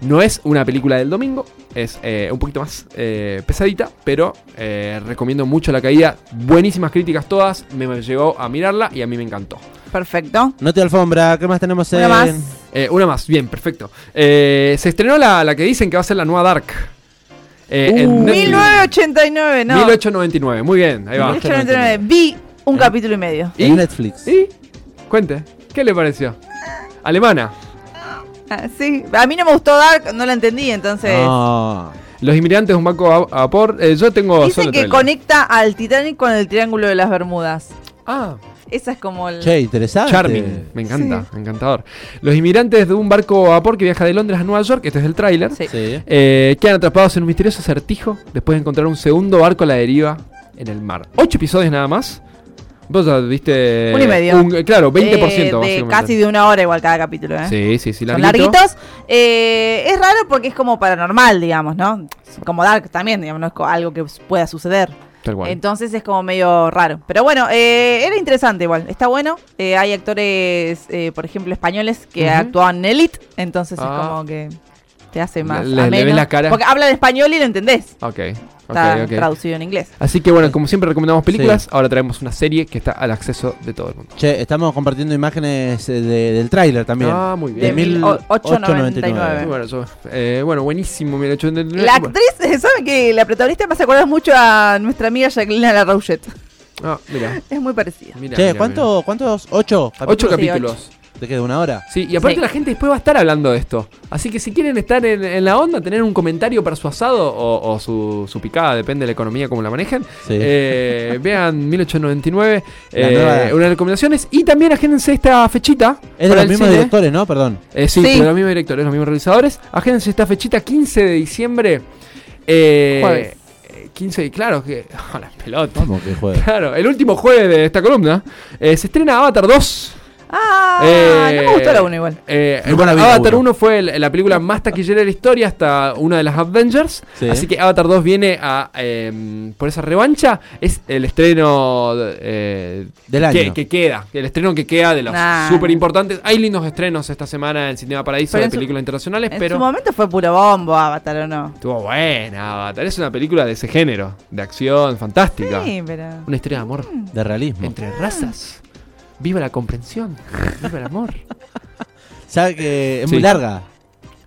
G: no es una película del domingo, es eh, un poquito más eh, pesadita, pero eh, recomiendo mucho La Caída. Buenísimas críticas todas, me llegó a mirarla y a mí me encantó.
I: Perfecto.
H: No te alfombra, ¿qué más tenemos
I: Una
H: en-
I: más.
G: Eh, una más, bien, perfecto. Eh, se estrenó la, la que dicen que va a ser la nueva Dark. Eh, en
I: Uh,
G: Netflix.
I: 1989, no.
G: 1899, muy bien, ahí va.
I: 1989. Vi un
G: ¿Eh?
I: capítulo y medio.
H: en Netflix?
G: ¿Y? Cuente, ¿qué le pareció? Alemana.
I: Ah, sí. A mí no me gustó Dark, no la entendí, entonces.
H: No.
G: Los inmigrantes de un banco a, a por. eh, yo tengo
I: Dicen
G: solo
I: que
G: trailer.
I: conecta al Titanic con el Triángulo de las Bermudas.
G: Ah,
I: Esa es como el.
H: Che, interesante.
G: Charming, me encanta, encantador. Los inmigrantes de un barco a vapor que viaja de Londres a Nueva York, este es el tráiler,
I: Sí.
H: Sí.
G: eh, quedan atrapados en un misterioso acertijo después de encontrar un segundo barco a la deriva en el mar. Ocho episodios nada más. Vos ya viste...
I: Uno y medio.
G: un- claro, 20%
I: Eh, de
G: básicamente.
I: casi de una hora igual cada capítulo, ¿eh?
G: Sí, sí, sí,
I: Son
G: larguito.
I: larguitos. Eh, es raro porque es como paranormal, digamos, ¿no? Como Dark también, digamos, no es co- algo que pueda suceder.
G: Tal cual.
I: Entonces es como medio raro. Pero bueno, eh, era interesante igual. Está bueno. Eh, hay actores, eh, por ejemplo, españoles que
G: Ujú.
I: actúan en Elite. Entonces
G: Ah.
I: es como que te hace más.
G: Le- le
I: ameno.
G: ves la cara.
I: Porque hablan español y lo entendés.
G: Ok, ok,
I: Está
G: ok.
I: traducido en inglés.
G: Así que bueno, como siempre recomendamos películas,
H: Sí.
G: ahora traemos una serie que está al acceso de todo el mundo.
H: Che, estamos compartiendo imágenes eh, de- del tráiler también.
G: Ah, muy bien.
I: De mil-
H: 1899.
G: Y Bueno, yo- eh, bueno, buenísimo. mira, yo-
I: La actriz, ¿saben que La protagonista me hace acordar mucho a nuestra amiga Jacqueline La Rougette.
G: Ah, mira.
I: Es muy parecida.
G: mira,
H: Che,
G: mira, mira.
H: ¿cuánto, ¿cuántos? ¿Ocho?
G: Ocho
I: Sí,
G: capítulos.
H: ¿De qué? ¿De una hora?
G: Sí, y aparte
I: Sí.
G: la gente después va a estar hablando de esto. Así que si quieren estar en, en la onda, tener un comentario para su asado o, o su, su picada, depende de la economía como la manejen,
H: Sí.
G: eh, vean 1899,
H: La
G: eh,
H: nueva-
G: unas recomendaciones. Y también agéndense esta fechita.
H: Es de
G: para
H: los
G: el
H: mismos
G: cine.
H: directores, ¿no? Perdón.
G: Eh, sí,
I: Sí.
G: pero los mismos directores, los mismos realizadores. Agéndense esta fechita, 15 de diciembre. Eh,
I: Jueves.
G: eh, 15 de, claro, que... a las pelotas.
H: Vamos, que juega.
G: Claro, el último jueves de esta columna eh, se estrena Avatar 2.
I: Ah, no
G: Eh,
I: me gustó la una igual.
G: Eh,
H: Yo la vi la
G: Avatar
H: uno.
G: 1 fue el- la película más taquillera de la historia hasta una de las Avengers.
H: Sí.
G: Así que Avatar 2 viene a, eh, por esa revancha. Es el estreno eh,
H: Del año.
G: Que, que queda. El estreno que queda de los
I: Nah.
G: súper importantes. Hay lindos estrenos esta semana en Cinema Paradiso
I: Pero
G: de
I: en su-
G: películas internacionales,
I: En
G: pero.
I: su momento fue puro bombo Avatar, ¿o no?
G: Estuvo buena, Avatar. Es una película de ese género, de acción, fantástica.
I: Sí, Mm. pero...
G: Una historia de amor
H: De realismo.
G: entre razas. Viva la comprensión. Viva el amor.
H: ¿Sabes que es
G: Sí.
H: muy larga?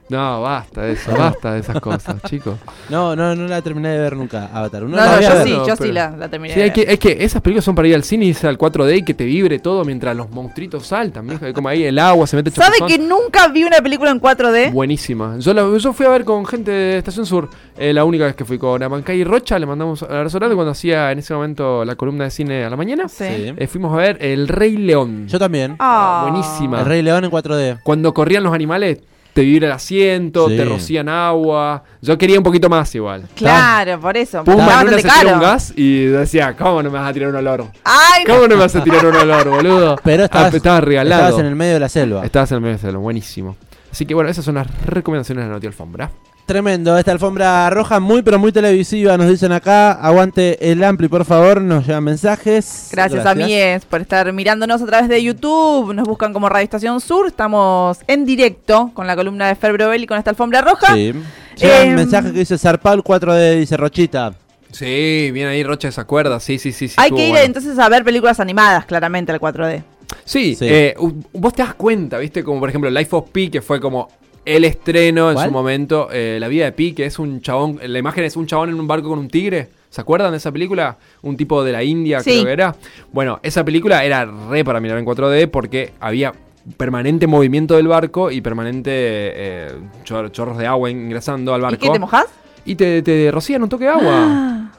G: No, basta de eso, basta de esas cosas, chicos.
H: No, no, no la terminé de ver nunca, Avatar.
I: No,
H: Uno
I: no,
H: la voy a
I: yo
H: ver.
I: sí,
G: no,
I: yo
G: pero-
I: sí la, la terminé.
G: Sí,
I: de
G: hay que,
I: ver.
G: es que esas películas son para ir al cine y irse al 4D y que te vibre todo mientras los monstruitos saltan, mijo, como ahí el agua se mete
I: ¿Sabe eh?
G: chapuzón.
I: que nunca vi una película en 4D?
G: Buenísima. Yo, la- yo fui a ver con gente de Estación Sur, eh, la única vez que fui con Amancay y Rocha, le mandamos un abrazo grande cuando hacía en ese momento la columna de cine a la mañana.
I: Sí.
H: Sí.
G: Eh, fuimos a ver El Rey León.
H: Yo también.
I: Ah.
G: Buenísima.
H: El Rey León en 4D.
G: Cuando corrían los animales, te vibra el asiento,
H: Sí.
G: te rocían agua. Yo quería un poquito más igual.
I: Claro, por eso.
G: Pumba
I: Estaba
G: en
I: bastante
G: una se tira
I: caro.
G: un gas y decía, ¿cómo no me vas a tirar un olor?
I: Ay, no.
G: ¿Cómo no me vas a tirar un olor, boludo?
H: Pero
G: Ah, estaba
H: estabas,
G: regalado.
H: estabas en el medio de la selva.
G: Estabas en el medio de celo, buenísimo. Así que bueno, esas son las recomendaciones de la Noti Alfombra.
H: Tremendo, esta alfombra roja muy pero muy televisiva, nos dicen acá, aguante el ampli por favor, nos llegan mensajes.
I: Gracias, a Mies por estar mirándonos a través de YouTube. Nos buscan como Radio Estación Sur. Estamos en directo con la columna de Fer Brovelli con esta alfombra roja.
H: Sí. Llega
I: Em,
H: un mensaje que dice Zarpal 4D, dice Rochita.
G: Sí, bien ahí Rocha esa cuerda, sí, sí, sí. sí
I: Hay
G: estuvo
I: que ir
G: bueno.
I: entonces a ver películas animadas, claramente, al 4D.
G: Sí,
H: Sí.
G: eh, u- vos te das cuenta, ¿viste? Como por ejemplo Life of Pi, que fue como el estreno en
H: ¿Cuál?
G: su momento. eh, la vida de Pi, que es un chabón, la imagen es un chabón en un barco con un tigre. ¿Se acuerdan de esa película? Un tipo de la India,
I: Sí.
G: creo que era. Bueno, esa película era re para mirar en 4D porque había permanente movimiento del barco y permanente eh, chor- chorros de agua ingresando al
I: ¿Y
G: barco.
I: qué te mojás?
G: Y te, te rocían un toque de agua.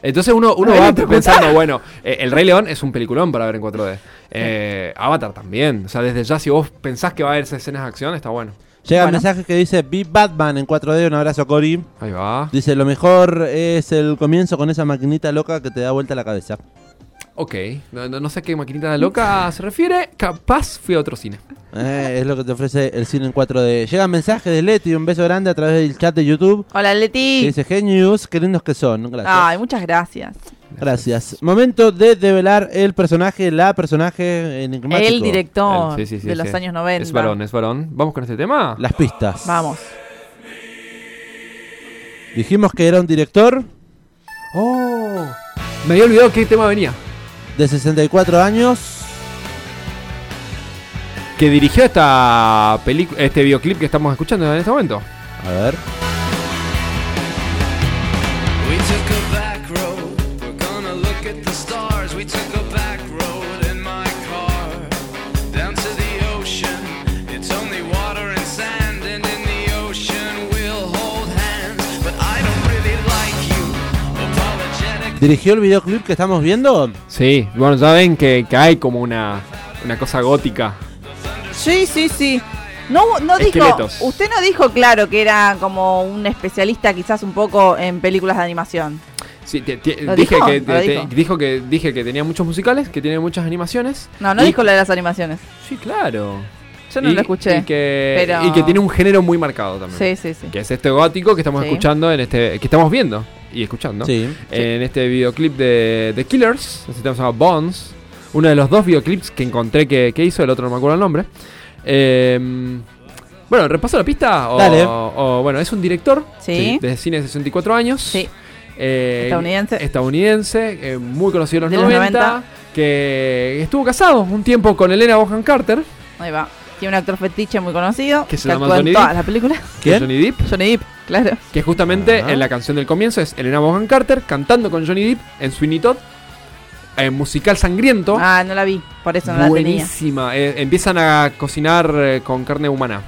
G: Entonces uno, uno
I: Ah. Ay,
G: va
I: no te
G: pensando, bueno, eh, El Rey León es un peliculón para ver en 4D. Eh, Avatar también. O sea, desde ya, si vos pensás que va a haber esas escenas de acción, está bueno.
H: Llega
I: Bueno.
H: el mensaje que dice: Vi Batman en 4D. Un abrazo, Cory.
G: Ahí va.
H: Dice: Lo mejor es el comienzo con esa maquinita loca que te da vuelta la cabeza.
G: Ok. No, no- no sé a qué maquinita loca se refiere. Capaz fui a otro cine.
H: Eh, es lo que te ofrece el cine en 4D. Llega mensaje de Leti, un beso grande a través del chat de YouTube.
I: Hola,
H: Que
I: Leti.
H: dice, genius, qué lindos que son. Gracias.
I: Ay, muchas gracias.
H: Gracias. Momento de develar el personaje, la personaje enigmático.
I: El director
G: Sí, sí, sí,
I: de los
G: sí.
I: años 90.
G: Es varón, es varón. ¿Vamos con este tema?
H: Las pistas.
I: Vamos.
H: Dijimos que era un director
G: ¡Oh! Me había olvidado qué tema venía.
H: de 64 años.
G: Que dirigió esta película, este videoclip que estamos escuchando en este momento.
H: A ver. ¿Dirigió el videoclip que estamos viendo?
G: Sí, bueno, ya ven que, que hay como una, una cosa gótica.
I: Sí, sí, sí. No, no dijo,
G: Esqueletos.
I: usted no dijo claro que era como un especialista quizás un poco en películas de animación.
G: Sí, te- te-
I: ¿Lo
G: dije
I: dijo?
G: que
I: ¿Lo
G: te- te-
I: dijo?
G: dijo que dije que tenía muchos musicales, que tiene muchas animaciones.
I: No, no
G: Y-
I: dijo lo de las animaciones.
G: Sí, claro.
I: Yo no
G: Y-
I: lo escuché.
G: Y que,
I: pero-
G: y que tiene un género muy marcado también.
I: Sí, sí, sí.
G: Que es este gótico que estamos
I: Sí.
G: escuchando en este que estamos viendo y escuchando.
H: Sí.
G: en este videoclip de The Killers, el tema se llama Bones, uno de los dos videoclips que encontré que, que hizo, el otro no me acuerdo el nombre. Eh, bueno, repaso la pista. O,
H: Dale.
G: o, bueno, es un director
I: Sí.
G: de cine de 64 años.
I: Sí.
G: eh,
I: Estadounidense.
G: estadounidense, eh, muy conocido en los,
I: De los
G: 90,
I: 90.
G: que estuvo casado un tiempo con Elena Bohan Carter,
I: Ahí va. Tiene un actor fetiche muy conocido.
G: Que se
I: que
G: llama
I: actúa
G: Johnny
I: en
G: Depp.
I: todas las películas.
G: que
H: ¿Quién?
G: es Johnny Depp,
I: Johnny Depp, claro.
G: que justamente
H: Ajá.
G: en la canción del comienzo es Elena Bohan Carter cantando con Johnny Depp en Sweeney Todd, eh, musical sangriento.
I: Ah, no la vi, por eso no la tenía.
G: Buenísima. Eh, empiezan a cocinar eh, con carne humana.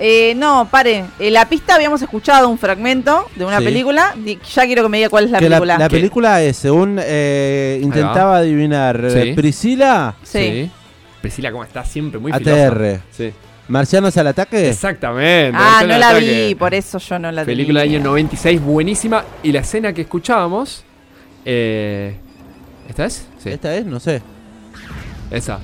I: Eh, no, pare. Eh, la pista habíamos escuchado un fragmento de una
H: Sí.
I: película. Di- Ya quiero que me diga cuál es la
H: que la,
I: película.
H: la
I: Que-
H: película es, según eh, intentaba adivinar, eh,
G: Sí.
H: Priscila,
I: Sí.
G: Priscila, como está siempre muy filosa.
H: ATR,
G: Sí.
H: Marcianos al ataque.
G: Exactamente.
I: Ah,
G: escena
I: no
G: de
I: la
G: ataque.
I: vi, por eso yo no la tenía.
G: Película del año 96, buenísima. Y la escena que escuchábamos. eh, ¿Esta es? Sí.
H: Esta es, no sé.
G: Esa.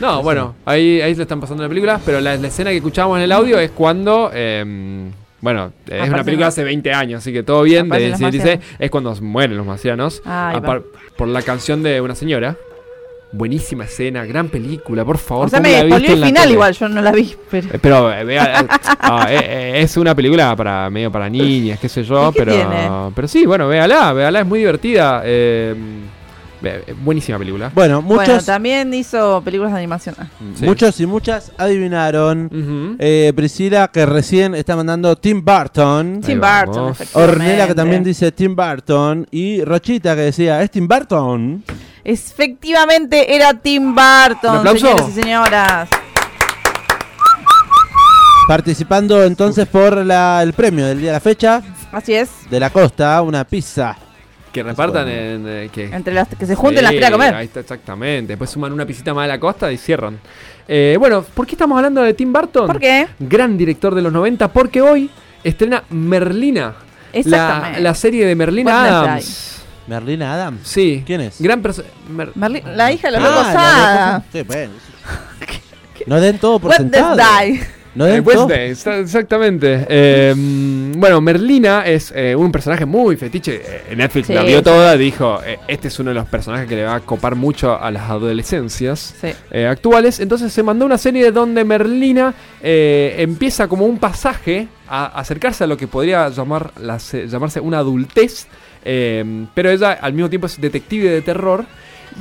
G: No, bueno, ahí, ahí lo están pasando en la película, pero la, la escena que escuchábamos en el audio es cuando. eh, bueno, eh, es una
I: Aparecen
G: película
I: los-
G: hace 20 años, así que todo bien.
I: Aparecen
G: De,
I: los
G: se dice,
I: marcianos.
G: es cuando mueren los marcianos.
I: Ah, ahí va.
G: apar- por la canción de una señora. Buenísima escena, gran película, por favor.
I: O sea,
G: ¿cómo la
I: me
G: he
I: spoileó
G: visto en
I: el
G: la
I: final
G: tele?
I: igual, yo no la vi. Pero...
G: Eh, Pero eh, vea, eh, ah, eh, eh, es una película para medio para niñas, qué sé yo,
I: ¿Y qué
G: pero
I: tiene?
G: pero sí, bueno, véala, véala, es muy divertida. eh, ve- eh, buenísima película.
H: Bueno,
I: Bueno,
H: muchos,
I: también hizo películas de animación. Ah.
G: Sí.
H: muchos y muchas adivinaron.
G: Ujú.
H: Eh, Priscila, que recién está mandando Tim Burton.
G: Sí.
I: Tim
G: vamos.
I: Burton, efectivamente.
H: Ornella, que también dice Tim Burton. Y Rochita, que decía, ¿es Tim Burton?
I: Efectivamente era Tim
G: ¿Un
I: Burton,
G: aplauso?
I: señores y señoras.
H: Participando entonces por la- el premio del día de la fecha
I: Así es.
H: de la costa, una pizza.
G: Que repartan en, eh, que,
I: Entre las que se junten las
G: Sí,
I: tres a comer.
G: Ahí está, exactamente. Después suman una pisita más de la costa y cierran. Eh, bueno, ¿por qué estamos hablando de Tim Burton?
I: ¿Por qué?
G: Gran director de los 90, porque hoy estrena Merlina. La,
I: Exactamente.
G: la serie de Merlina
I: What Must
G: Adams.
H: Merlina Adams.
G: Sí.
H: ¿Quién es?
G: Gran persona. Mer-
I: Merli- la hija de
H: Ah,
I: la
H: la
I: locosada.
H: locosa- sí, bueno. No den todo por
I: What
H: sentado.
I: does die?
H: No
G: Eh,
H: den todo.
G: Wednesday, exa- exactamente. Eh, mm, bueno, Merlina es eh, un personaje muy fetiche. Eh, Netflix la
I: Sí,
G: vio
I: sí.
G: toda, dijo, eh, este es uno de los personajes que le va a copar mucho a las adolescencias.
I: Sí.
G: eh, actuales. Entonces se mandó una serie donde Merlina eh, empieza como un pasaje a acercarse a lo que podría llamar la se- llamarse una adultez. eh, pero ella al mismo tiempo es detective de terror.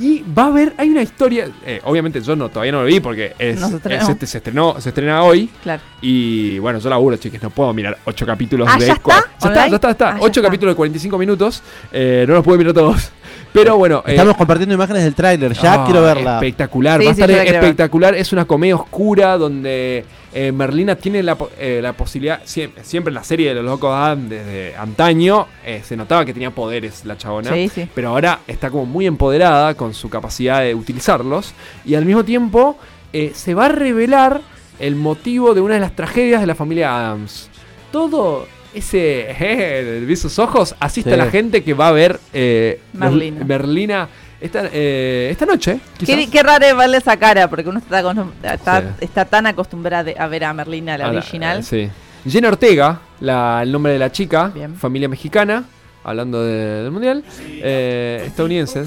G: Y va a haber, hay una historia. eh, obviamente yo no, todavía no lo vi porque es,
I: No se estrenó.
G: es este- se estrenó, se estrena hoy.
I: Claro.
G: Y bueno, yo laburo, chiques, no puedo mirar ocho capítulos
I: Ah,
G: de.
I: ¿ya está?
G: cua- Ya está,
I: ¿Online?
G: ya está, ya está.
I: Ah, ya
G: Ocho
I: está.
G: capítulos de 45 minutos. eh, no los puedo mirar todos. Pero bueno, eh,
H: Estamos compartiendo imágenes del tráiler, ya
G: ah,
H: quiero verla.
G: Espectacular,
I: Sí,
G: va a
I: sí,
G: estar
I: yo la quiero ver.
G: espectacular. Es una comedia oscura donde eh, Merlina tiene la, po- eh, la posibilidad. Siempre, siempre en la serie de los locos Adam desde antaño eh, se notaba que tenía poderes la chabona.
I: Sí, sí.
G: Pero ahora está como muy empoderada con su capacidad de utilizarlos. Y al mismo tiempo eh, se va a revelar el motivo de una de las tragedias de la familia Adams. Todo ese. eh, ¿Ves sus ojos? Así está
H: Sí.
G: la gente que va a ver. eh,
I: Merlina.
G: Merlina esta, eh, esta noche. quizás.
I: Qué, qué raro es verle esa cara, porque uno está, acostum- está,
G: Sí.
I: está tan acostumbrada de- a ver a Merlina, la
G: Ah,
I: original.
G: eh, sí. Jenna Ortega, la- el nombre de la chica,
I: Bien.
G: familia mexicana, hablando de- del mundial, eh, estadounidense.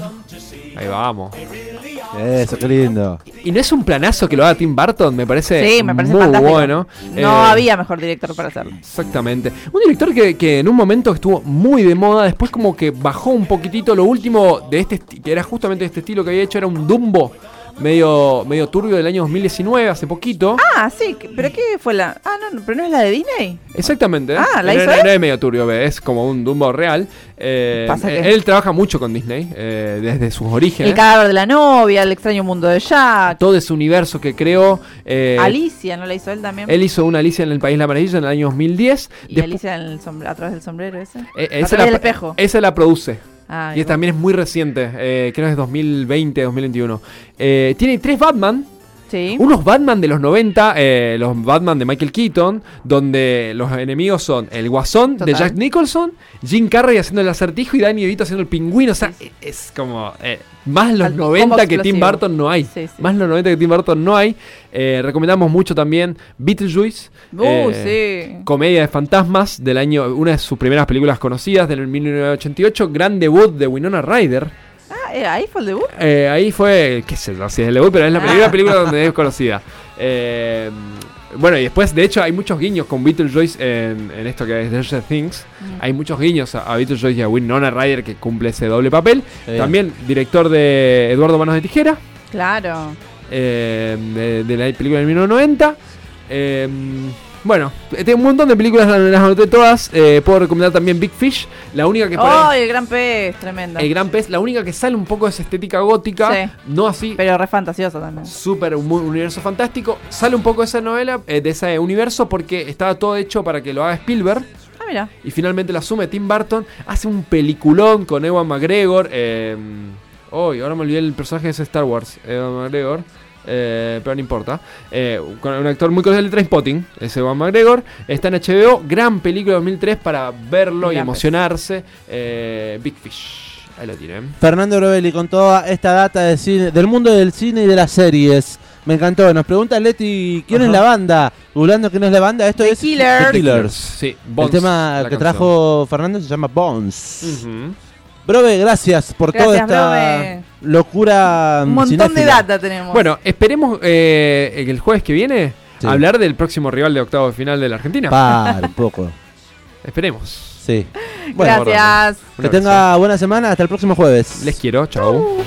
G: Ahí vamos.
H: Eso, qué lindo.
G: Y no es un planazo que lo haga Tim Burton, me parece,
I: Sí, me parece
G: muy
I: fantástico.
G: bueno.
I: No
G: Eh,
I: había mejor director para hacerlo.
G: Exactamente. Un director que, que en un momento estuvo muy de moda, después como que bajó un poquitito. Lo último de este esti- que era justamente este estilo que había hecho era un Dumbo medio medio turbio del año 2019, hace poquito.
I: Ah, sí, que- pero ¿qué fue la...? Ah, no, no, pero no es la de Disney.
G: Exactamente. ¿eh?
I: Ah, ¿la
G: No,
I: hizo
G: no,
I: él?
G: no es medio turbio, es como un Dumbo real. Eh,
I: Pasa que-
G: Él trabaja mucho con Disney eh, desde sus
I: El
G: orígenes.
I: cadáver de la novia, el extraño mundo de Jack,
G: Todo ese universo que creó. eh,
I: Alicia, ¿no la hizo él también?
G: Él hizo una Alicia en el País de la Maravilla en el año 2010.
I: y
G: Despu-
I: Alicia en el sombre- a través del sombrero ese.
G: eh,
I: a
G: esa,
I: través del
G: la,
I: espejo.
G: esa la produce.
I: Ah,
G: y
I: igual.
G: también es muy reciente, eh, creo que es 2020, 2021. Eh, tiene tres Batman,
I: Sí.
G: Unos Batman de los 90, eh, los Batman de Michael Keaton, donde los enemigos son el Guasón
I: Total.
G: de Jack Nicholson, Jim Carrey haciendo el acertijo y Danny DeVito haciendo el pingüino. O sea, es como. eh, más los
I: Al- como
G: 90 que Tim
I: explosivo.
G: Burton no hay.
I: Sí, sí.
G: Más los 90 que Tim Burton no hay. Eh, recomendamos mucho también Beetlejuice.
I: Uh,
G: eh,
I: sí.
G: Comedia de fantasmas del año. Una de sus primeras películas conocidas del 1988. Gran debut de Winona Ryder.
I: Ah, eh, ahí fue el debut.
G: Eh, ahí fue, qué sé yo, si es el debut, pero es la primera película donde es conocida. Eh, bueno, y después, de hecho, hay muchos guiños con Beetlejuice en, en esto que es Stranger Things. Hay muchos guiños a, a Beetlejuice y a Winona Ryder que cumple ese doble papel.
H: Sí.
G: También director de Eduardo Manos de Tijera,
I: Claro.
G: eh, de, de la película del 1990. Eh, bueno, tengo un montón de películas, las las anoté todas. Eh, puedo recomendar también Big Fish, la única que por ahí-
I: Oh, el gran pez, tremendo.
G: El Gran Pez, la única que sale un poco de esa estética gótica,
I: Sí.
G: no así
I: Pero re fantasioso también.
G: Súper, un mu- universo fantástico. Sale un poco de esa novela, eh, de ese universo, porque estaba todo hecho para que lo haga Spielberg.
I: Ah, mira.
G: Y finalmente lo asume Tim Burton. Hace un peliculón con Ewan McGregor. eh, uy, ahora me olvidé el personaje de ese Star Wars. Ewan McGregor. eh, pero no importa. Eh, con un actor muy conocido de Trainspotting. Es Ewan McGregor. Está en HBO. Gran película de 2003 para verlo y
I: Gran
G: emocionarse. Eh, Big Fish. Ahí lo tienen.
H: Fernando Brovelli con toda esta data de cine- del mundo del cine y de las series. Me encantó. Nos pregunta Leti, ¿quién es la banda? Burlando que no es la banda, esto es
I: Killers.
H: The Killers.
G: Sí,
H: El
G: Bones,
H: tema
G: la
H: que
G: canción.
H: trajo Fernando se llama Bones.
G: Ujú.
H: Brobe, gracias por toda
I: Gracias,
H: esta
I: Brobe.
H: locura.
I: Un montón de
H: cinéfila.
I: data tenemos.
G: Bueno, esperemos eh, que el jueves que viene
H: Sí.
G: hablar del próximo rival de octavo de final de la Argentina.
H: Para un poco.
G: esperemos.
H: Sí. Bueno,
I: gracias.
G: Un
H: que
G: abrazo.
H: tenga buena semana. Hasta el próximo jueves.
G: Les quiero, chau.